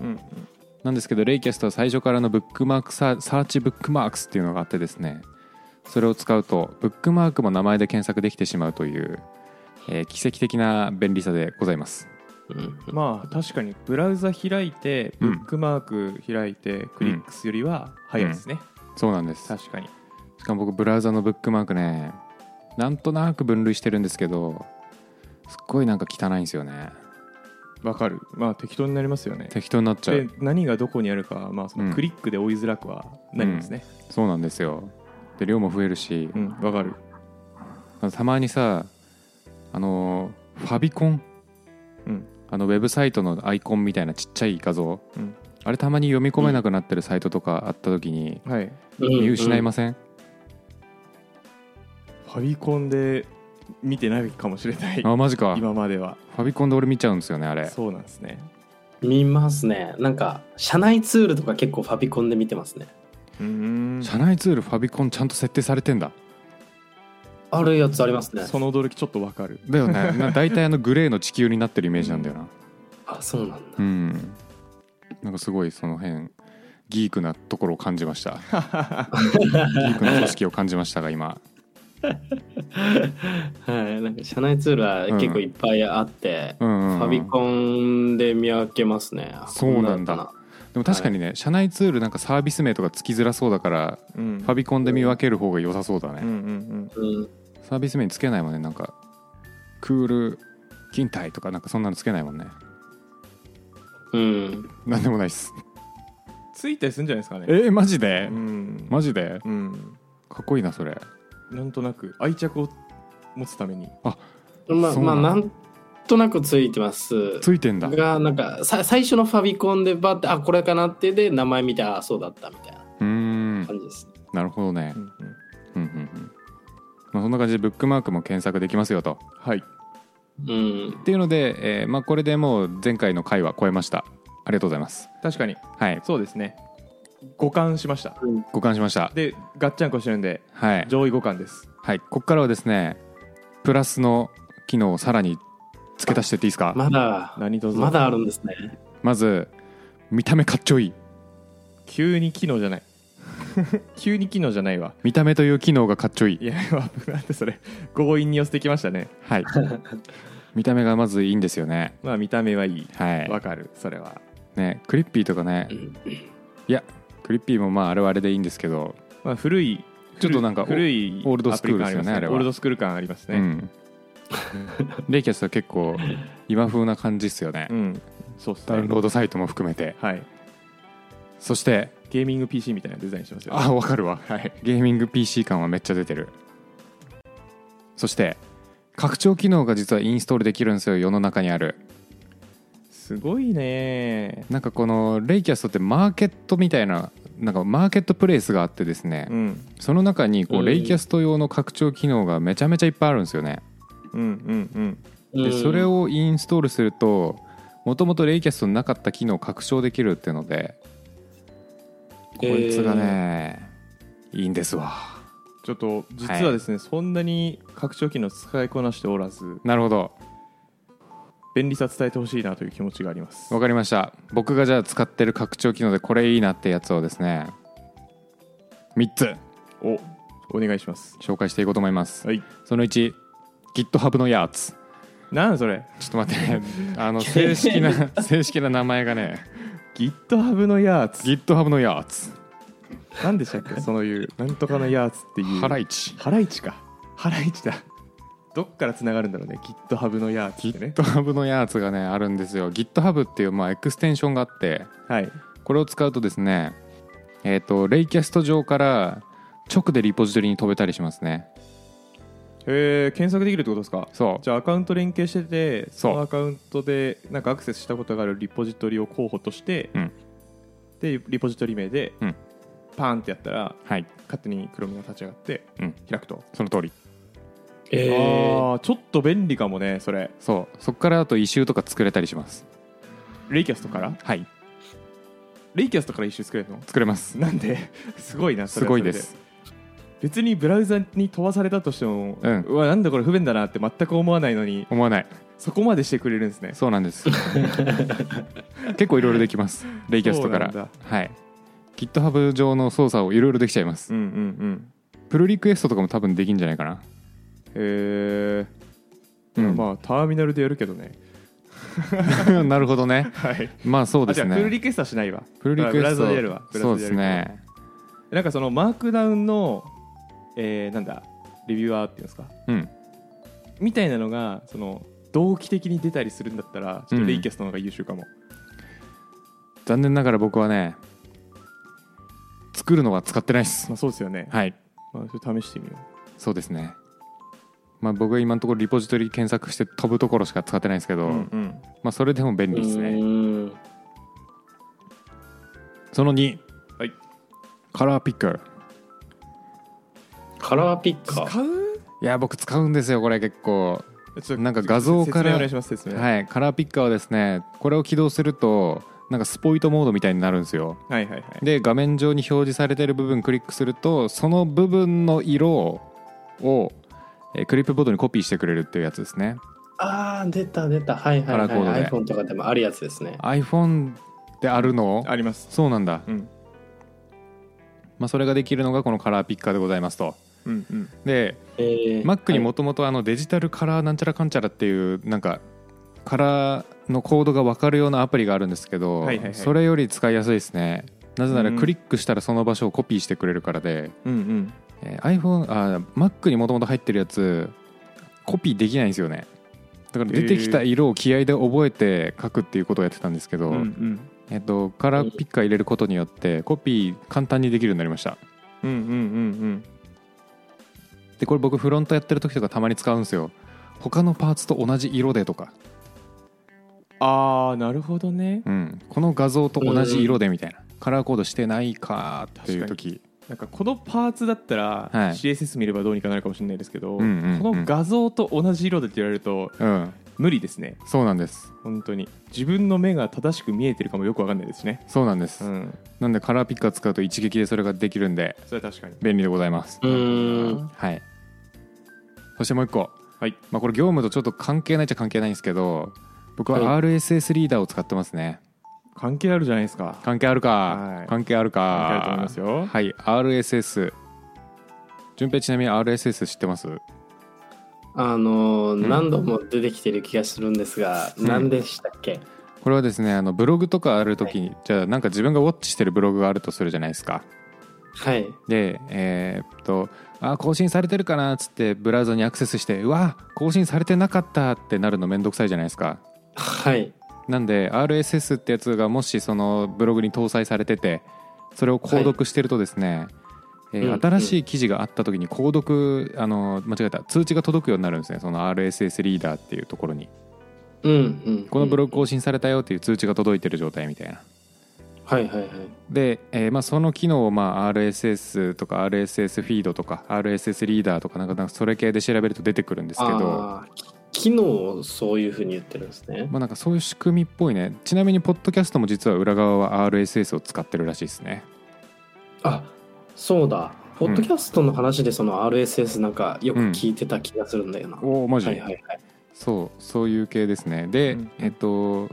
Speaker 2: うん
Speaker 1: なんですけどレイキャストは最初からのブックマークサーサーチブックマークスっていうのがあってですねそれを使うとブックマークも名前で検索できてしまうという、えー奇跡的な便利さでございます
Speaker 3: うん
Speaker 2: まあ確かにブラウザ開いて
Speaker 1: う
Speaker 2: ブ
Speaker 1: ん
Speaker 2: ックマーク開いてクリックするよりは早いですね、
Speaker 1: そうなんです
Speaker 2: 確かに
Speaker 1: しかも僕ブラウザのブックマークねなんとなく分類してるんですけどすっごいなんか汚いんですよね
Speaker 2: わかるまあ適当になりますよね
Speaker 1: 適当になっちゃ
Speaker 2: で
Speaker 1: う
Speaker 2: 何がどこにあるか、まあ、そ
Speaker 1: うん
Speaker 2: のクリックで追いづらくはなりますね
Speaker 1: そうなんですよで量も増えるし
Speaker 2: う、んわ、かる
Speaker 1: たまにさあのーファビコン
Speaker 2: うん
Speaker 1: あのウェブサイトのアイコンみたいなちっちゃい画像、
Speaker 2: うん
Speaker 1: あれたまに読み込めなくなってるサイトとかあった時に
Speaker 2: はい
Speaker 1: 見失いません、
Speaker 2: ファビコンで見てないかもしれない
Speaker 1: あマジかフ
Speaker 2: 今までは
Speaker 1: ァビコンで俺見ちゃうんですよねあれ
Speaker 2: そうなんですね
Speaker 3: うん見ますねなんか社内ツールとか結構ファビコンで見てますね
Speaker 2: うーん
Speaker 1: 社内ツールファビコンちゃんと設定されてんだ
Speaker 3: あるやつありますね
Speaker 2: その驚きちょっとわかる
Speaker 1: だよ ねな大体あのグレーの地球になってるイメージなんだよな、
Speaker 3: あそうなんだ
Speaker 1: うん、なんかすごいその辺ギークなところを感じましたギークな組織を感じましたが今
Speaker 3: はいなんか社内ツールは結構いっぱいあって、
Speaker 1: うんうんうん
Speaker 3: ファビコンで見分けますね
Speaker 1: そうなんだ
Speaker 3: こだっ
Speaker 1: でも確かにね、社内ツールなんかサービス名とかつきづらそうだから
Speaker 2: うん
Speaker 1: ファビコンで見分ける方が良さそうだね、
Speaker 2: うんうん
Speaker 3: たなうん
Speaker 1: サービス名つけないもんねなんかクール勤怠とかなんかそんなのつけないもんね
Speaker 3: うん
Speaker 1: なんでもないっす
Speaker 2: うんついたりするんじゃないですかね
Speaker 1: えー、マジで、
Speaker 2: うん
Speaker 1: マジで
Speaker 2: うん
Speaker 1: かっこいいなそれ
Speaker 2: なんとなく愛着を持つために
Speaker 3: まあ
Speaker 1: そう
Speaker 3: ま
Speaker 1: なんだ
Speaker 3: あなんとなくついてます
Speaker 1: ついてんだ
Speaker 3: がなんかさ最初のファビコンでバッてあこれかなってで名前見てあそうだったみたいな
Speaker 1: うーん
Speaker 3: 感じです、
Speaker 1: なるほどね
Speaker 2: うんうん
Speaker 1: うんうんうんまあ、そんな感じでブックマークも検索できますよと
Speaker 2: はい
Speaker 3: うん
Speaker 1: っていうので、えーまあ、これでもう前回の回は超えましたありがとうございます
Speaker 2: 確かに
Speaker 1: はい
Speaker 2: そうですね五冠しました
Speaker 1: 互換しました
Speaker 2: でガッチャンコしてるんで
Speaker 1: はい、
Speaker 2: 上位互換です
Speaker 1: はい、ここからはですねプラスの機能をさらに付け足してっていいですかま
Speaker 3: まだ
Speaker 2: 何卒
Speaker 3: まだあるんですね
Speaker 1: ず見た目かっちょいい
Speaker 2: 急に機能じゃない 急に機能じゃないわ
Speaker 1: 見た目という機能がかっちょいい
Speaker 2: いや危なんでそれ強引に寄せてきましたね
Speaker 1: はい見た目がまずいいんですよね
Speaker 2: まあ見た目はいい
Speaker 1: は
Speaker 2: わかるそれはい
Speaker 1: ねクリッピーとかねいやクリッピーもまああれはあれでいいんですけど、
Speaker 2: まあ古い
Speaker 1: ちょっとなんか
Speaker 2: 古古い
Speaker 1: オールドスクールですよね
Speaker 2: アプリ感あります
Speaker 1: あれは
Speaker 2: オールドスクール感あります
Speaker 1: う
Speaker 2: ね
Speaker 1: んレイキャスは結構今風な感じっすよね、
Speaker 2: うん、そうっす
Speaker 1: ダウン
Speaker 2: ね
Speaker 1: ロードサイトも含めて
Speaker 2: はい
Speaker 1: そして
Speaker 2: ゲーミング PC みたいなデザインしてますよ
Speaker 1: あわかるわ
Speaker 2: はい
Speaker 1: ゲーミング PC 感はめっちゃ出てるそして拡張機能が実はインストールできるんですよ世の中にある
Speaker 2: すごいね
Speaker 1: なんかこのレイキャストってマーケットみたいななんかマーケットプレイスがあってですね、
Speaker 2: うん
Speaker 1: その中にこ
Speaker 3: う
Speaker 1: うんレイキャスト用の拡張機能がめちゃめちゃいっぱいあるんですよね
Speaker 2: うんうん
Speaker 1: で
Speaker 3: うん
Speaker 1: それをインストールするともともとレイキャストになかった機能を拡張できるっていうのでこいつがね、いいんですわ
Speaker 2: うんちょっと実はですね、そんなに拡張機能使いこなしておらず
Speaker 1: なるほど
Speaker 2: 便利さ伝えてほしいなという気持ちがあります
Speaker 1: わかりました僕がじゃあ使ってる拡張機能でこれいいなってやつをですね3つ
Speaker 2: おお願いします
Speaker 1: 紹介していこうと思います
Speaker 2: はい
Speaker 1: その1 GitHub のやつ
Speaker 2: なんそれ
Speaker 1: ちょっと待ってねあの正式な正式な名前がね
Speaker 2: GitHub のやーつ
Speaker 1: GitHub のやつ
Speaker 2: 何でしたっけそのいうなんとかのやーつっていう
Speaker 1: ハライチ
Speaker 2: ハライチかハライチだどっからつながるんだろうね GitHub のやーつってね
Speaker 1: GitHub のやつがねあるんですよ GitHub っていうまあエクステンションがあって
Speaker 2: はい
Speaker 1: これを使うとですねえっ、とレイキャスト上から直でリポジトリに飛べたりしますね
Speaker 2: へえー検索できるってことですか
Speaker 1: そう
Speaker 2: じゃあアカウント連携してて
Speaker 1: そう
Speaker 2: そのアカウントでなんかアクセスしたことがあるリポジトリを候補として、
Speaker 1: うん
Speaker 2: でリポジトリ名で、
Speaker 1: うん
Speaker 2: パーンってやったら
Speaker 1: はい
Speaker 2: 勝手にクロミが立ち上がって
Speaker 1: うん
Speaker 2: 開くと、
Speaker 1: その通り
Speaker 3: えー、
Speaker 2: ああちょっと便利かもねそれ
Speaker 1: そうそこからだと異臭とか作れたりします
Speaker 2: レイキャストから
Speaker 1: はい
Speaker 2: レイキャストから一周作れるの
Speaker 1: 作れます
Speaker 2: なんで すごいな
Speaker 1: す
Speaker 2: それは
Speaker 1: ご
Speaker 2: そ
Speaker 1: い
Speaker 2: れ
Speaker 1: です
Speaker 2: 別にブラウザに飛ばされたとしても、
Speaker 1: うん
Speaker 2: わなんだこれ不便だなって全く思わないのに
Speaker 1: 思わない
Speaker 2: そこまでしてくれるんですね
Speaker 1: そうなんです 結構いろいろできますレイキャストか
Speaker 2: そうなん
Speaker 1: らはい GitHub 上の操作をいろいろできちゃいます、
Speaker 2: うんうんうん
Speaker 1: プルリクエストとかも多分できんじゃないかな
Speaker 2: え
Speaker 1: う
Speaker 2: ー
Speaker 1: ん、
Speaker 2: まあターミナルでやるけどね
Speaker 1: なるほどね
Speaker 2: はい
Speaker 1: まあそうで
Speaker 2: あじ
Speaker 1: す
Speaker 2: ゃあプル
Speaker 1: ね
Speaker 2: リクエストはしないわ
Speaker 1: プルリク
Speaker 2: ブ
Speaker 1: エ
Speaker 2: ラウ
Speaker 1: ス
Speaker 2: ザでやるわ
Speaker 1: ト
Speaker 2: ブラウザ
Speaker 1: そうです
Speaker 2: でやる
Speaker 1: ね
Speaker 2: なんかそのマークダウンのえーなんだレビュアーっていうんですか
Speaker 1: うん
Speaker 2: みたいなのがその同期的に出たりするんだったらちょっ
Speaker 1: うん
Speaker 2: とレイキャストの方が優秀かも、
Speaker 1: 残念ながら僕はね作るのは使ってないっす
Speaker 2: まあそうですよね、
Speaker 1: はい
Speaker 2: まあ、それ試してみよう
Speaker 1: そうですねまあ僕は今のところリポジトリ検索して飛ぶところしか使ってないんですけど、
Speaker 2: うんうん
Speaker 1: まあそれでも便利です
Speaker 3: う
Speaker 1: ね
Speaker 3: ーん
Speaker 1: その2
Speaker 2: はい
Speaker 1: カラーピッカー
Speaker 3: カラーピッカー
Speaker 2: 使う
Speaker 1: いや僕使うんですよこれ結構
Speaker 2: ちょっと
Speaker 1: なんか画像から
Speaker 2: 説明お願いします説明、
Speaker 1: はいカラーピッカーはですねこれを起動するとなんかスポイトモードみたいになるんですよ
Speaker 2: はいはいはい
Speaker 1: で画面上に表示されてる部分クリックするとその部分の色をえークリップボードにコピーしてくれるっていうやつですね
Speaker 3: あー出た出たはいはいはい
Speaker 1: カラーコードで
Speaker 3: iPhone とかでもあるやつですね
Speaker 1: iPhone であるの
Speaker 2: あります
Speaker 1: そうなんだ、
Speaker 2: うん
Speaker 1: まあ、それができるのがこのカラーピッカーでございますと
Speaker 2: うんうん
Speaker 1: で
Speaker 3: えー
Speaker 1: Mac に
Speaker 3: はい
Speaker 1: もともとあのデジタルカラーなんちゃらかんちゃらっていうなんかカラーのコードが分かるようなアプリがあるんですけど、
Speaker 2: はいはいはい
Speaker 1: それより使いやすいですねなぜなら
Speaker 2: うん
Speaker 1: クリックしたらその場所をコピーしてくれるからで、
Speaker 2: うんうん
Speaker 1: えー iPhone あ Mac にもともと入ってるやつコピーできないんですよねだから出てきた色を気合で覚えて書くっていうことをやってたんですけど、
Speaker 2: うんうん
Speaker 1: えっと、カラーピッカー入れることによってコピー簡単にできるようになりました
Speaker 2: うんうんうん
Speaker 1: でこれ僕フロントやってる時とかたまに使うんですよ他のパーツと同じ色でとか、
Speaker 2: うんああなるほどね
Speaker 1: うん、この画像と同じ色でみたいなカラーコードしてないかっていう時
Speaker 2: なんかこのパーツだったら、
Speaker 1: はい
Speaker 2: CSS 見ればどうにかなるかもしれないですけど、
Speaker 1: うんうんうん
Speaker 2: この画像と同じ色でって言われると
Speaker 1: うん
Speaker 2: 無理ですね
Speaker 1: そうなんです
Speaker 2: 本当に自分の目が正しく見えてるかもよくわかんないですしね
Speaker 1: そうなんです、
Speaker 2: ん
Speaker 1: なんでカラーピッカー使うと一撃でそれができるんで
Speaker 2: それは確かに
Speaker 1: 便利でございます、
Speaker 3: うーん
Speaker 1: はいそしてもう一個、
Speaker 2: はい
Speaker 1: まあ、これ業務とちょっと関係ないっちゃ関係ないんですけど僕は
Speaker 3: は
Speaker 1: RSS リーダーを使ってますね
Speaker 2: 関係あるじゃないですか
Speaker 1: 関係あるか、
Speaker 2: はい
Speaker 1: 関係あるか
Speaker 2: 関係あると思いますよ
Speaker 1: はい RSS 順平ちなみに RSS 知ってます
Speaker 3: あのー
Speaker 1: ん
Speaker 3: 何度も出てきてる気がするんですが、
Speaker 1: うん
Speaker 3: 何でしたっけ
Speaker 1: これはですねあのブログとかある時に、じゃあなんか自分がウォッチしてるブログがあるとするじゃないですか
Speaker 3: はい
Speaker 1: でえーっとあ更新されてるかなっつってブラウザにアクセスしてうわ更新されてなかったってなるのめんどくさいじゃないですか
Speaker 3: はい
Speaker 1: なんで RSS ってやつがもしそのブログに搭載されててそれを購読してるとですね、えー
Speaker 3: うん
Speaker 1: 新しい記事があった時に購読あの間違えた通知が届くようになるんですねその RSS リーダーっていうところに
Speaker 3: うんうん
Speaker 1: このブログ更新されたよっていう通知が届いてる状態みたいな
Speaker 3: はいはいはい
Speaker 1: で、えーまあ、その機能を、まあ、RSS とか RSS フィードとか RSS リーダーとかなんかなんかそれ系で調べると出てくるんですけど
Speaker 3: あーき機能をそういうふうに言ってるんですね
Speaker 1: まあ、なんかそういう仕組みっぽいねちなみにポッドキャストも実は裏側は RSS を使ってるらしいですね
Speaker 3: あそうだポッドキャストの話でその RSS なんかよく聞いてた気がするんだよな、は
Speaker 1: おおマ
Speaker 3: い
Speaker 1: ジ、
Speaker 3: はいはい
Speaker 1: そうそういう系ですねで、
Speaker 2: うん
Speaker 1: えっと、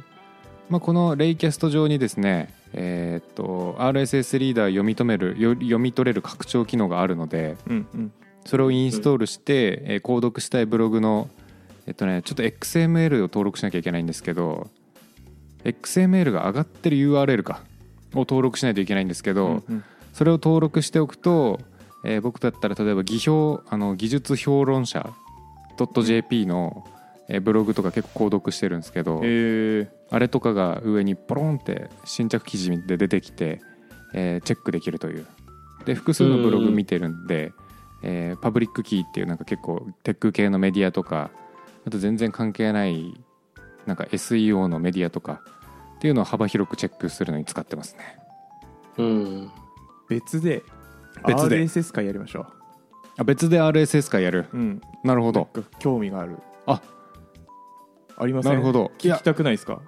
Speaker 1: まあ、このレイキャスト上にですねえーっと RSS リーダー読み止めるよ読み取れる拡張機能があるので
Speaker 2: うんうん
Speaker 1: それをインストールして、えー購読したいブログのえっとねちょっと XML を登録しなきゃいけないんですけど XML が上がってる URL かを登録しないといけないんですけど、
Speaker 2: うん
Speaker 1: それを登録しておくと、えー僕だったら例えば技評あの技術評論者 .jp の、えーブログとか結構購読してるんですけど、
Speaker 2: え
Speaker 1: あれとかが上にポロンって新着記事で出てきて、えーチェックできるというで複数のブログ見てるんで、えーパブリックキーっていうなんか結構テック系のメディアとかあと全然関係ないなんか SEO のメディアとかっていうのを幅広くチェックするのに使ってますね
Speaker 3: うん。
Speaker 2: 別で
Speaker 1: 別で
Speaker 2: RSS 会やりましょ
Speaker 1: あ別で RSS かやる
Speaker 2: ううん
Speaker 1: なるほど
Speaker 2: 興味がある
Speaker 1: あ
Speaker 2: ありません
Speaker 1: なるほどい
Speaker 2: 聞
Speaker 1: や
Speaker 2: きたくないですか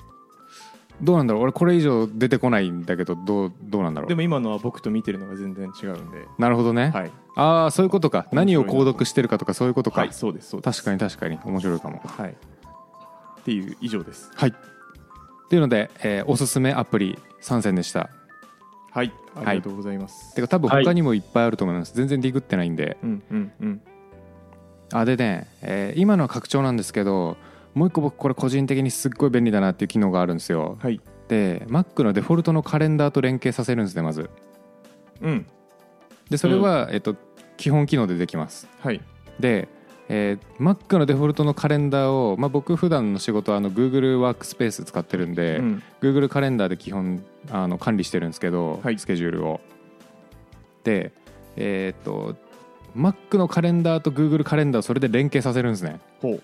Speaker 1: どうなんだろう俺これ以上出てこないんだけどどうどうなんだろ
Speaker 2: で
Speaker 1: う
Speaker 2: も今のは僕と見てるのが全然違うんで
Speaker 1: なるほどね、
Speaker 2: はい
Speaker 1: ああそういうことか
Speaker 2: 面白いな
Speaker 1: 何を購読してるかとかそういうことか、
Speaker 2: はいそうですそうです
Speaker 1: 確かに確かに面白いかも
Speaker 2: はいっていう以上です
Speaker 1: はいっていうので、えーおすすめアプリ参戦でした
Speaker 2: はいありがとうございます、
Speaker 1: てか多分
Speaker 3: はい
Speaker 1: 他にもいっぱいあると思います、全然ディグってないんで
Speaker 2: うんうんうん
Speaker 1: あでね、えー今のは拡張なんですけどもう一個僕これ個人的にすっごい便利だなっていう機能があるんですよ
Speaker 2: はい
Speaker 1: で Mac のデフォルトのカレンダーと連携させるんですねまず
Speaker 2: うん
Speaker 1: でそれは、えっと、基本機能でできます
Speaker 2: はい
Speaker 1: で、えー Mac のデフォルトのカレンダーを、まあ、僕普段の仕事はあの Google ワークスペース使ってるんで、
Speaker 2: うん
Speaker 1: Google カレンダーで基本あの管理してるんですけど、
Speaker 2: はい
Speaker 1: スケジュールをでえーっと Mac のカレンダーと Google カレンダーをそれで連携させるんですね
Speaker 2: ほう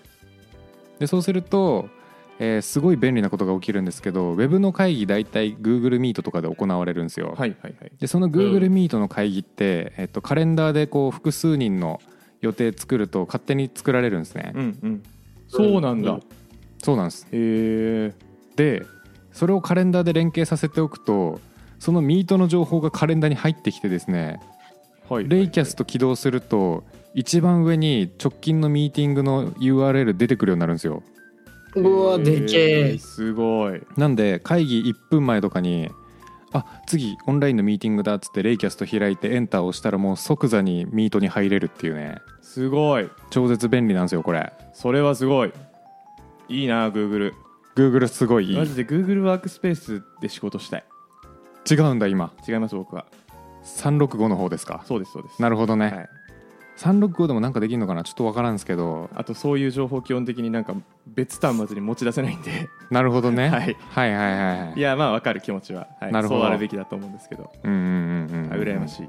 Speaker 1: でそうすると、えーすごい便利なことが起きるんですけど Web の会議大体 Google Meet とかで行われるんですよ、
Speaker 2: はいはいはい
Speaker 1: でその
Speaker 3: う
Speaker 1: Google
Speaker 3: ん
Speaker 1: Meet の会議って、えっと、カレンダーでこう複数人の予定作ると勝手に作られるんですね、
Speaker 2: うんうんそうなんだ、
Speaker 3: うん
Speaker 1: そうなんです
Speaker 2: へえ
Speaker 1: でそれをカレンダーで連携させておくとそのミートの情報がカレンダーに入ってきてですね
Speaker 2: はい
Speaker 1: レイキャスト起動すると一番上に直近のミーティングの URL 出てくるようになるんですよ
Speaker 3: うわ、で
Speaker 2: へ
Speaker 3: け
Speaker 2: ー
Speaker 3: え。
Speaker 2: すごい
Speaker 1: なんで会議1分前とかにあ次オンラインのミーティングだっつってレイキャスト開いてエンターを押したらもう即座にミートに入れるっていうね
Speaker 2: すごい
Speaker 1: 超絶便利なんですよこれ
Speaker 2: それはすごいいいな Google
Speaker 1: Google すごいいい
Speaker 2: マジで Google ワークスペースで仕事したい
Speaker 1: 違うんだ今
Speaker 2: 違います僕は
Speaker 1: 365の方ですか
Speaker 2: そうですそうです
Speaker 1: なるほどね、
Speaker 2: はい、
Speaker 1: 365でもなんかできるのかなちょっとわからんですけど
Speaker 2: あとそういう情報基本的になんか別端末に持ち出せない んで
Speaker 1: なるほどね、
Speaker 2: はい
Speaker 1: はいはいはいはい
Speaker 2: いやまあわかる気持ちは、はい、
Speaker 1: なるほど
Speaker 2: そうあるべきだと思うんですけど、
Speaker 1: うんうんうんうん
Speaker 2: はい羨ましい、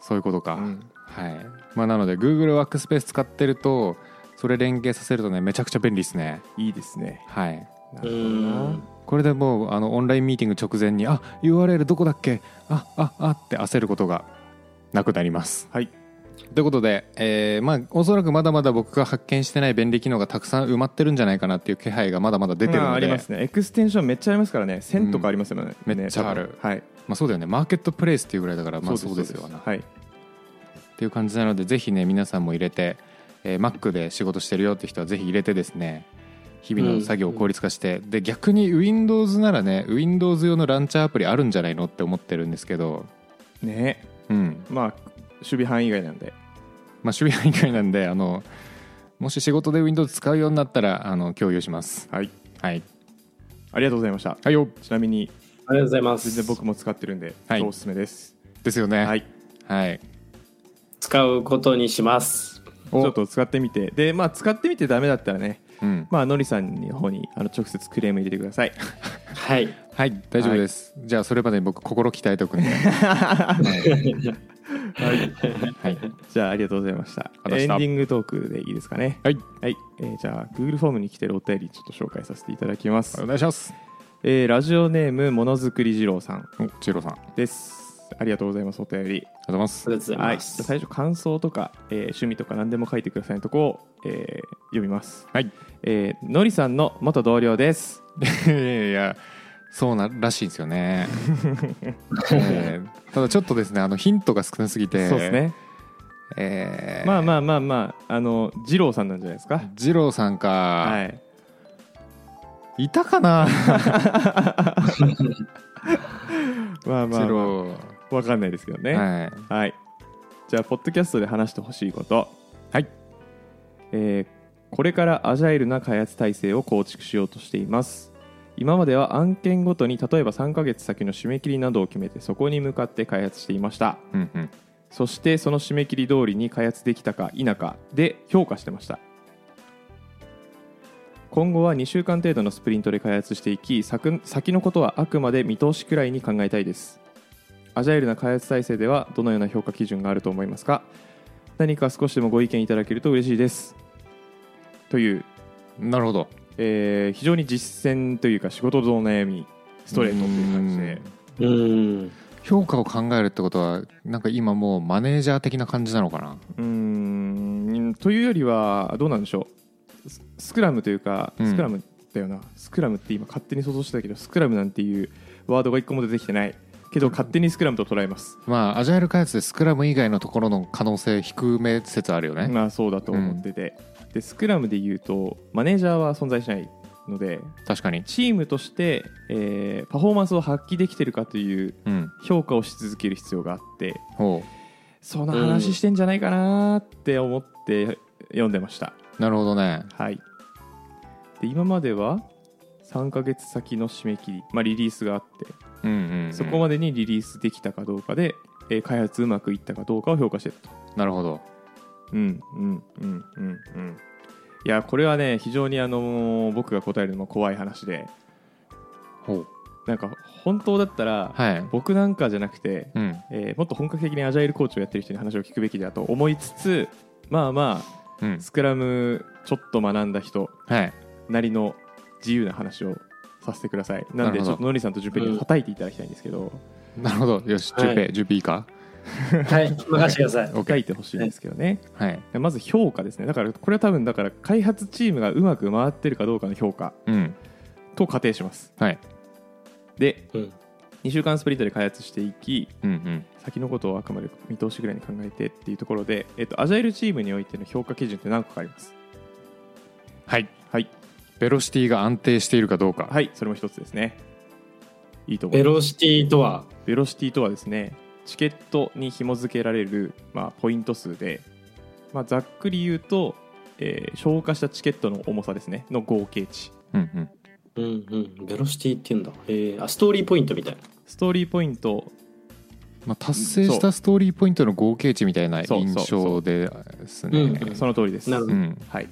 Speaker 1: そういうことか、
Speaker 2: うん
Speaker 1: はいまあなので Google ワークスペース使ってるとそれ連携させるとねめちゃくちゃ便利ですね
Speaker 2: いいですね
Speaker 1: はい
Speaker 2: な
Speaker 3: う。
Speaker 2: るほどなん
Speaker 1: これでもうあのオンラインミーティング直前にあ URL どこだっけあああって焦ることがなくなります
Speaker 2: はい
Speaker 1: ということで、えーまあおそらくまだまだ僕が発見してない便利機能がたくさん埋まってるんじゃないかなっていう気配がまだまだ出てる
Speaker 2: まあ
Speaker 1: の
Speaker 2: あ
Speaker 1: で、
Speaker 2: り
Speaker 1: ま
Speaker 2: ま
Speaker 1: あ
Speaker 2: す、ねエクステンションめっちゃありますからね1000とかありますよね、
Speaker 1: うん
Speaker 2: ね
Speaker 1: めっちゃある
Speaker 2: 多分はい
Speaker 1: そうだよねマーケットプレイスっていうぐらいだからまあそうですよな
Speaker 2: はい
Speaker 1: っていう感じなのでぜひね皆さんも入れて、えー Mac で仕事してるよって人はぜひ入れてですね日々の作業を効率化して、で逆に Windows ならね Windows 用のランチャーアプリあるんじゃないのって思ってるんですけど
Speaker 2: ね
Speaker 1: うん
Speaker 2: まあ守備範囲以外なんで
Speaker 1: まあ守備範囲外なんであのもし仕事で Windows 使うようになったらあの共有します
Speaker 2: はい
Speaker 1: はい
Speaker 2: ありがとうございました
Speaker 1: はいよ
Speaker 2: ちなみに
Speaker 3: ありがとうございます。
Speaker 2: 全然僕も使ってるんで、
Speaker 1: はい
Speaker 2: 超おすすめです
Speaker 1: ですよね
Speaker 2: はい
Speaker 1: はい
Speaker 3: 使うことにします。
Speaker 2: ちょっと使ってみてでまあ使ってみてダメだったらね
Speaker 1: うん
Speaker 2: まあのりさんの方にあの直接クレーム入れてください
Speaker 3: はい。
Speaker 1: はい大丈夫です、じゃあそれまでに僕心鍛えておく んではい
Speaker 2: じゃあありがとうございました
Speaker 1: ありがとうございま
Speaker 2: エ
Speaker 1: し
Speaker 2: ン
Speaker 1: た
Speaker 2: ディングトークでいいですかね
Speaker 1: はい
Speaker 2: はい、えーじゃあ Google フォームに来てるお便りちょっと紹介させていただきます
Speaker 1: お、願いします
Speaker 2: えーラジオネームものづくり二郎さん
Speaker 1: お千尋さんありがと
Speaker 2: ですありがとうございますお便り
Speaker 1: うございます
Speaker 3: ありがとうござい
Speaker 2: はい、
Speaker 3: ま
Speaker 2: じ
Speaker 3: す。
Speaker 2: ゃあ最初感想とか、えー趣味とか何でも書いてくださいのとこを、えー読みます、
Speaker 1: はい
Speaker 2: えーのりさんの元同僚です
Speaker 1: いや いやそうならしいんですよ ね、えーただちょっとですねあのヒントが少なすぎて
Speaker 2: そうですね、
Speaker 1: え
Speaker 2: まあ
Speaker 1: あ
Speaker 2: まあまあまああの二郎さんなんじゃないですか
Speaker 1: 二郎さんか、
Speaker 2: はい
Speaker 1: い、たかな
Speaker 2: まあまあ、
Speaker 1: 二
Speaker 2: ま
Speaker 1: 郎、
Speaker 2: あ、わかんないですけどねはい、
Speaker 1: はい、
Speaker 2: じゃあポッドキャストで話してほしいこと
Speaker 1: はい
Speaker 2: えーこれからアジャイルな開発体制を構築しようとしています今までは案件ごとに例えば3ヶ月先の締め切りなどを決めてそこに向かって開発していました
Speaker 1: うんうん
Speaker 2: そしてその締め切り通りに開発できたか否かで評価してました今後は2週間程度のスプリントで開発していき先先のことはあくまで見通しくらいに考えたいですアジャイルな開発体制ではどのような評価基準があると思いますか何か少しでもご意見いただけると嬉しいですという、
Speaker 1: なるほど
Speaker 2: えー非常に実践というか仕事のお悩みストレートという感じで
Speaker 3: うん
Speaker 1: 評価を考えるってことはなんか今もうマネージャー的な感じなのかな
Speaker 2: うーんというよりはどうなんでしょうススクラムというか
Speaker 1: うん
Speaker 2: スクラムだよな、スクラムって今勝手に想像してたけどスクラムなんていうワードが一個も出てきてないけど勝手にスクラムと捉えます、
Speaker 1: まあアジャイル開発でスクラム以外のところの可能性低め説あるよね、
Speaker 2: まあそうだと思ってて、でスクラムで言うとマネージャーは存在しないので
Speaker 1: 確かに
Speaker 2: チームとして、えーパフォーマンスを発揮できてるかという
Speaker 1: うん
Speaker 2: 評価をし続ける必要があって
Speaker 1: ほ
Speaker 2: その話してんじゃないかなーって思って読んでました
Speaker 1: うなるほどね
Speaker 2: はい、で今までは3ヶ月先の締め切り、まあ、リリースがあって、
Speaker 1: うんうん、
Speaker 2: そこまでにリリースできたかどうかで、えー開発うまくいったかどうかを評価してると
Speaker 1: なるほど
Speaker 2: うんうんうんうんうんいやこれはね非常に、あのー僕が答えるのも怖い話で
Speaker 1: ほう
Speaker 2: なんか本当だったら、
Speaker 1: はい
Speaker 2: 僕なんかじゃなくて、
Speaker 1: うん
Speaker 2: えーもっと本格的にアジャイルコーチをやってる人に話を聞くべきだと思いつつまあま
Speaker 1: うん
Speaker 2: あスクラムちょっと学んだ人
Speaker 1: はい
Speaker 2: なりの自由な話をさせてください
Speaker 1: な
Speaker 2: なん
Speaker 1: る
Speaker 2: で
Speaker 1: ほ
Speaker 2: ち
Speaker 1: ど
Speaker 2: ょっとのりさんとジュペリを叩いていただきたいんですけど、
Speaker 1: なるほどよし
Speaker 3: はい
Speaker 1: 10ペ10 p か
Speaker 3: はい任せてください
Speaker 1: OK
Speaker 2: 叩いてほしいんですけどね、
Speaker 1: はい
Speaker 2: まず評価ですねだからこれは多分だから開発チームがうまく回ってるかどうかの評価
Speaker 1: うん
Speaker 2: と仮定します
Speaker 1: はい
Speaker 2: で
Speaker 3: うん
Speaker 2: 2週間スプリットで開発していき
Speaker 1: うんうん
Speaker 2: 先のことをあくまで見通しぐらいに考えてっていうところで、えっと、アジャイルチームにおいての評価基準って何個かあります
Speaker 1: はい
Speaker 2: はい
Speaker 1: ベロシティが安定しているかどうか
Speaker 2: はいそれも一つですねいいと思い
Speaker 3: ベ
Speaker 2: ます
Speaker 3: ロシティとは
Speaker 2: ベロシティとはですねチケットに紐付けられる、まあ、ポイント数で、まあ、ざっくり言うと、えー消化したチケットの重さですねの合計値
Speaker 1: うんうん
Speaker 3: うんうんベロシティって言うんだえー、あストーリーポイントみたいな
Speaker 2: ストーリーポイント
Speaker 1: まあ、達成したストーリーポイントの合計値みたいな
Speaker 2: そう
Speaker 1: 印象です
Speaker 3: う
Speaker 1: ね
Speaker 3: ん。
Speaker 2: その通りです、
Speaker 3: なるほ
Speaker 1: う
Speaker 3: ど
Speaker 1: ん
Speaker 2: はい、っ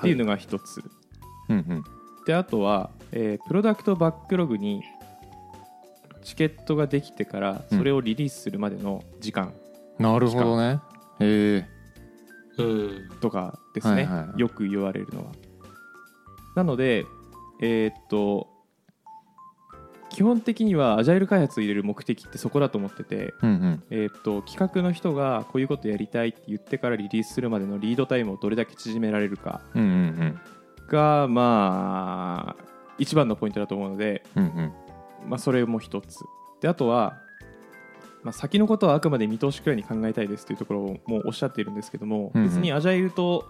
Speaker 2: ていうのが一つ
Speaker 1: うんうん
Speaker 2: であとは、えープロダクトバックログにチケットができてからそれをリリースするまでの時間
Speaker 1: なるほどね。え
Speaker 3: うん
Speaker 2: とかです
Speaker 1: は
Speaker 2: ね、
Speaker 1: いはいはい
Speaker 2: よく言われるのはなのでえーっと基本的にはアジャイル開発を入れる目的ってそこだと思ってて、
Speaker 1: ー、うん
Speaker 2: えーっと企画の人がこういうことやりたいって言ってからリリースするまでのリードタイムをどれだけ縮められるか
Speaker 1: うんうんうん
Speaker 2: がまあ一番のポイントだと思うので、
Speaker 1: うんうん
Speaker 2: まあ、それも一つであとは、まあ、先のことはあくまで見通しくらいに考えたいですというところをもうおっしゃっているんですけども、
Speaker 1: うんうん
Speaker 2: 別にアジャイルと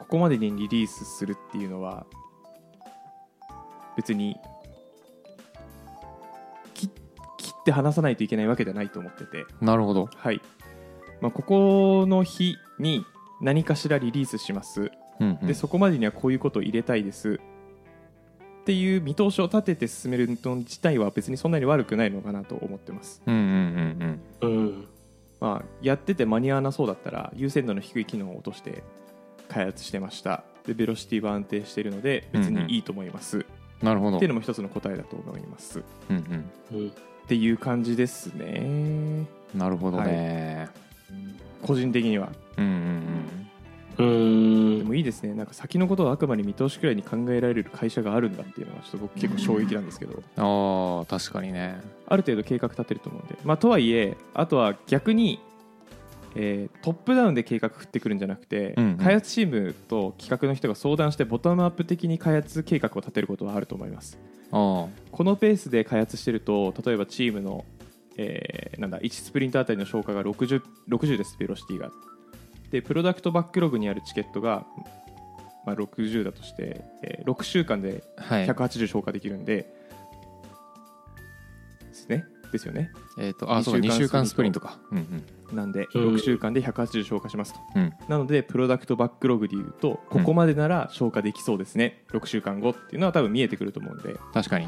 Speaker 2: ここまでにリリースするっていうのは別にき切って話さないといけないわけじゃないと思ってて、
Speaker 1: なるほど。
Speaker 2: はいまあ、ここの日に何かしらリリースします
Speaker 1: うんうん
Speaker 2: でそこまでにはこういうことを入れたいですっていう見通しを立てて進めるの自体は別にそんなに悪くないのかなと思ってます、
Speaker 1: うんうんうん
Speaker 3: うん
Speaker 2: まあ、やってて間に合わなそうだったら優先度の低い機能を落として開発してましたでベロシティは安定しているので別にいいと思います、っ
Speaker 1: うん。なるほど。
Speaker 2: ていうのも一つの答えだと思いますっ
Speaker 1: うんうん
Speaker 3: うん
Speaker 2: ていう感じですね
Speaker 1: なるほどね。
Speaker 2: 個人的には
Speaker 1: うんうん
Speaker 3: うん
Speaker 2: でもいいですねなんか先のことをあくまで見通しくらいに考えられる会社があるんだっていうのはちょっと僕結構衝撃なんですけど
Speaker 1: うん。ああ確かにね。
Speaker 2: ある程度計画立てると思うんで、まあ、とはいえあとは逆に、えートップダウンで計画振ってくるんじゃなくて、
Speaker 1: うんうん
Speaker 2: 開発チームと企画の人が相談してボトムアップ的に開発計画を立てることはあると思います
Speaker 1: あ
Speaker 2: このペースで開発してると例えばチームの、えーなんだ1スプリントあたりの消化が 60, 60ですベロシティがでプロダクトバックログにあるチケットが、まあ、60だとして、えー6週間で
Speaker 1: あはい。
Speaker 2: 180消化できるんで、ですねですよね
Speaker 1: えっ、とあそうか
Speaker 2: 二
Speaker 1: 二
Speaker 2: 週
Speaker 1: 週
Speaker 2: 間
Speaker 1: 間
Speaker 2: ス
Speaker 1: ス
Speaker 2: プ
Speaker 1: プ
Speaker 2: リ
Speaker 1: リ
Speaker 2: ン
Speaker 1: ン
Speaker 2: ト
Speaker 1: トか。うん
Speaker 2: なんで、
Speaker 3: うん
Speaker 2: 6週間で180消化しますと
Speaker 1: うんうん。
Speaker 2: なのでプロダクトバックログでいうとここまでなら消化できそうですね、6週間後っていうのは多分見えてくると思うんで
Speaker 1: 確かに。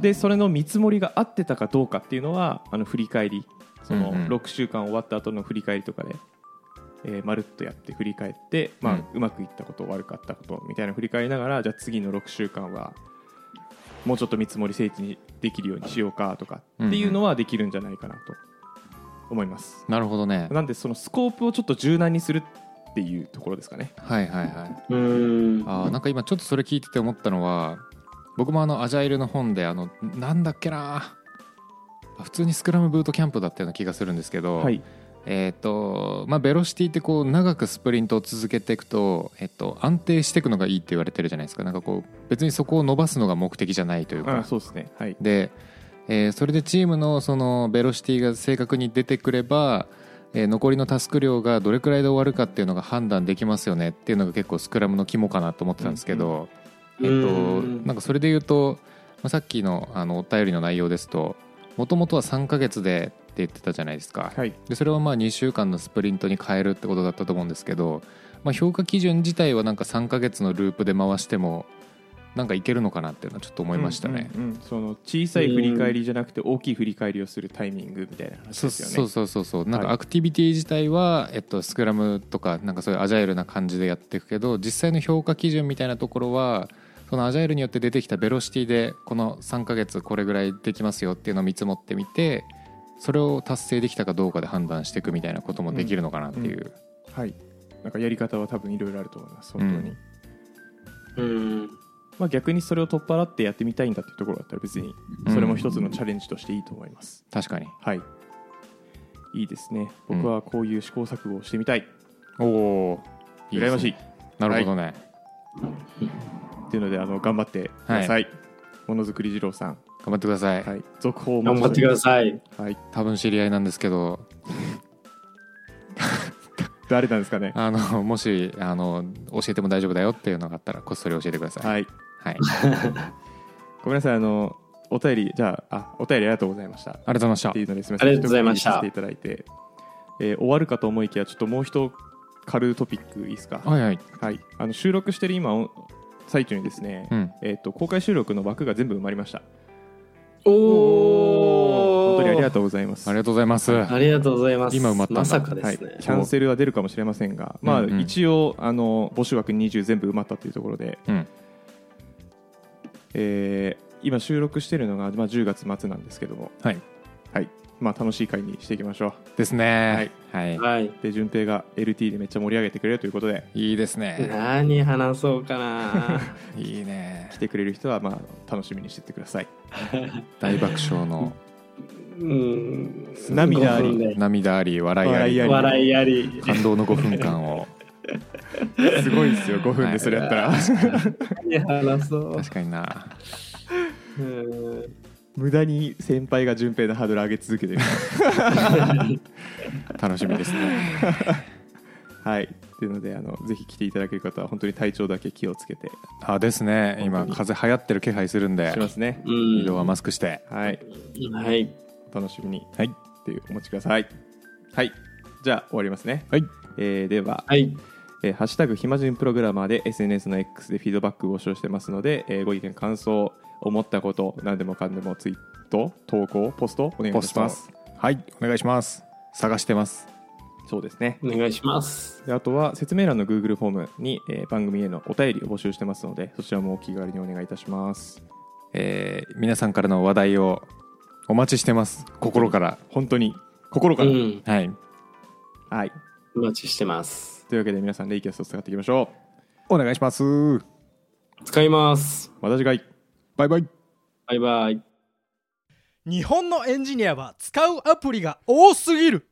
Speaker 2: でそれの見積もりが合ってたかどうかっていうのはあの振り返りその
Speaker 1: うんうん
Speaker 2: 6週間終わった後の振り返りとかで、えーまるっとやって振り返って、まあ
Speaker 1: うん
Speaker 2: うまくいったこと悪かったことみたいな振り返りながらじゃあ次の6週間はもうちょっと見積もり整地にできるようにしようかとかっていうのはできるんじゃないかなと思います
Speaker 1: なるほどね
Speaker 2: なんでそのスコープをちょっと柔軟にするっていうところですかね
Speaker 1: はいはいはい
Speaker 3: うん
Speaker 1: あーなんか今ちょっとそれ聞いてて思ったのは僕もあのアジャイルの本であのなんだっけな普通にスクラムブートキャンプだったような気がするんですけど、
Speaker 2: はい
Speaker 1: えっ、とまあベロシティってこう長くスプリントを続けていくと,、えっと安定していくのがいいって言われてるじゃないですかなんかこう別にそこを伸ばすのが目的じゃないというか、
Speaker 2: あそうですねはい
Speaker 1: で、えーそれでチームのそのベロシティが正確に出てくれば、えー残りのタスク量がどれくらいで終わるかっていうのが判断できますよねっていうのが結構スクラムの肝かなと思ってたんですけど、
Speaker 3: うん
Speaker 1: えっと
Speaker 3: うん
Speaker 1: なんかそれで言うと、まあ、さっきのあのお便りの内容ですともともとは3ヶ月でって言ってたじゃないですか。
Speaker 2: はい
Speaker 1: でそれをまあ2週間のスプリントに変えるってことだったと思うんですけど、まあ、評価基準自体はなんか3ヶ月のループで回してもなんかいけるのかなっていうのはちょっと思いましたね。
Speaker 2: うんうんうんその小さい振り返りじゃなくて大きい振り返りをするタイミングみたいな話ですよね
Speaker 1: そうそうそうそうなんか
Speaker 2: はい
Speaker 1: アクティビティ自体は、えっと、スクラムとかなんかそういうアジャイルな感じでやっていくけど実際の評価基準みたいなところはそのアジャイルによって出てきたベロシティでこの3ヶ月これぐらいできますよっていうのを見積もってみてそれを達成できたかどうかで判断していくみたいなこともできるのかなっていう、
Speaker 2: はいなんかやり方は多分いろいろあると思います本当に、
Speaker 1: うん
Speaker 3: うん
Speaker 2: まあ、逆にそれを取っ払ってやってみたいんだっていうところだったら別にそれも一つのチャレンジとしていいと思います、
Speaker 1: 確かに
Speaker 2: はいいいですね僕はこういう試行錯誤をしてみたい、
Speaker 1: おお
Speaker 2: 羨ましい
Speaker 1: なるほどね、
Speaker 2: っていうのであの頑張ってください、ものづくり二郎さん、
Speaker 1: 頑張ってください、
Speaker 2: はい、続報を
Speaker 3: 頑張ってくだ
Speaker 2: さ
Speaker 3: さい
Speaker 2: い、はい、
Speaker 1: 多分知り合いなんですけど
Speaker 2: 誰なんですかね
Speaker 1: あのもしあの教えても大丈夫だよっていうのがあったらこっそり教えてください、
Speaker 2: はい
Speaker 1: はい、
Speaker 2: ごめんなさいあのお便りじゃああお便りありがとうございました
Speaker 1: ありがとうございました
Speaker 2: っていうのですみま
Speaker 3: ありがとうございました
Speaker 2: 一区切りさせていただいて、えー終わるかと思いきやちょっともう一軽いトピックいいですか、
Speaker 1: はいはい
Speaker 2: はい、あの収録してる今お最中にですね、
Speaker 1: うん
Speaker 2: えー、と公開収録の枠が全部埋まりました
Speaker 3: おお
Speaker 2: 本当にありが
Speaker 3: と
Speaker 2: とうございます
Speaker 1: ありがとうございます。
Speaker 3: うありがとうございます
Speaker 1: 今埋まったんだ
Speaker 3: まさかです
Speaker 2: は
Speaker 3: ね
Speaker 2: い、キャンセルは出るかもしれませんが、まあ、
Speaker 1: うんうん
Speaker 2: 一応あの募集枠20全部埋まったというところで、
Speaker 1: うん
Speaker 2: えー今収録してるのが、まあ、10月末なんですけども、
Speaker 1: はい
Speaker 2: はいまあ、楽しい回にしていきましょ
Speaker 1: ですね。はい。
Speaker 3: はい、
Speaker 2: うで順平が LT でめっちゃ盛り上げてくれるということで
Speaker 1: い、いですね。
Speaker 3: 何話そうかな
Speaker 1: いいね
Speaker 2: 来。てくれる人は、まあ、楽しみにしてってください
Speaker 1: 大爆笑 の
Speaker 3: うん
Speaker 2: 涙あり
Speaker 3: 5分で
Speaker 1: 涙あり、笑いあ
Speaker 2: 笑い
Speaker 1: り、
Speaker 2: あ
Speaker 3: 笑いあり
Speaker 1: 感動の5分間を。
Speaker 2: すごいですよ5分
Speaker 1: は
Speaker 2: で
Speaker 1: い
Speaker 2: それやったら
Speaker 3: 何話そう
Speaker 1: 確かにな。
Speaker 3: うん
Speaker 2: 無駄に先輩が順平のハードル上げ続けてる
Speaker 1: 楽しみですね。
Speaker 2: はいっていうのであのぜひ来ていただける方は本当に体調だけ気をつけてし
Speaker 1: あ、ですね。今、風邪流行ってる気配するんで、
Speaker 2: ますね
Speaker 3: うん
Speaker 1: 色はマスクして。
Speaker 2: はい
Speaker 3: はい
Speaker 2: お楽しみに
Speaker 1: はい。
Speaker 2: っていうお持ちくださいはいじゃあ終わりますね、
Speaker 1: はい。
Speaker 2: えーでは、
Speaker 3: はい
Speaker 2: えーハッシュタグ暇人プログラマー」で SNS の X でフィードバックを募集してますので、えーご意見感想思ったこと何でもかんでもツイート投稿ポストお願いいたします
Speaker 1: はい。お願いします。探してます。
Speaker 2: そうですね
Speaker 3: お願いします
Speaker 2: であとは説明欄の Google フォームに、えー番組へのお便りを募集してますのでそちらもお気軽にお願いいたします
Speaker 1: えー皆さんからの話題をお待ちしてます。心から。
Speaker 2: 本当に心
Speaker 3: う
Speaker 2: から、
Speaker 3: ん
Speaker 1: はい。
Speaker 2: はい
Speaker 3: お待ちしてます
Speaker 2: というわけで皆さんレイキャストを使っていきましょ
Speaker 1: お願いします。
Speaker 3: 使います
Speaker 2: うまた次回
Speaker 1: バイバイ。
Speaker 3: バイバイ
Speaker 4: 日本のエンジニアは使うアプリが多すぎる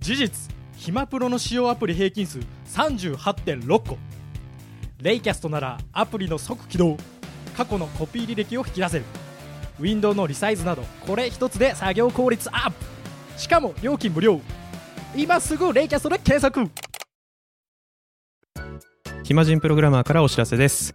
Speaker 4: 事実ヒマプロの使用アプリ平均数38.6個レイキャストならアプリの即起動過去のコピー履歴を引き出せる Windows のリサイズなどこれ一つで作業効率アップしかも料金無料今すぐレイキャストで検索
Speaker 5: 暇人プログラマーからお知らせです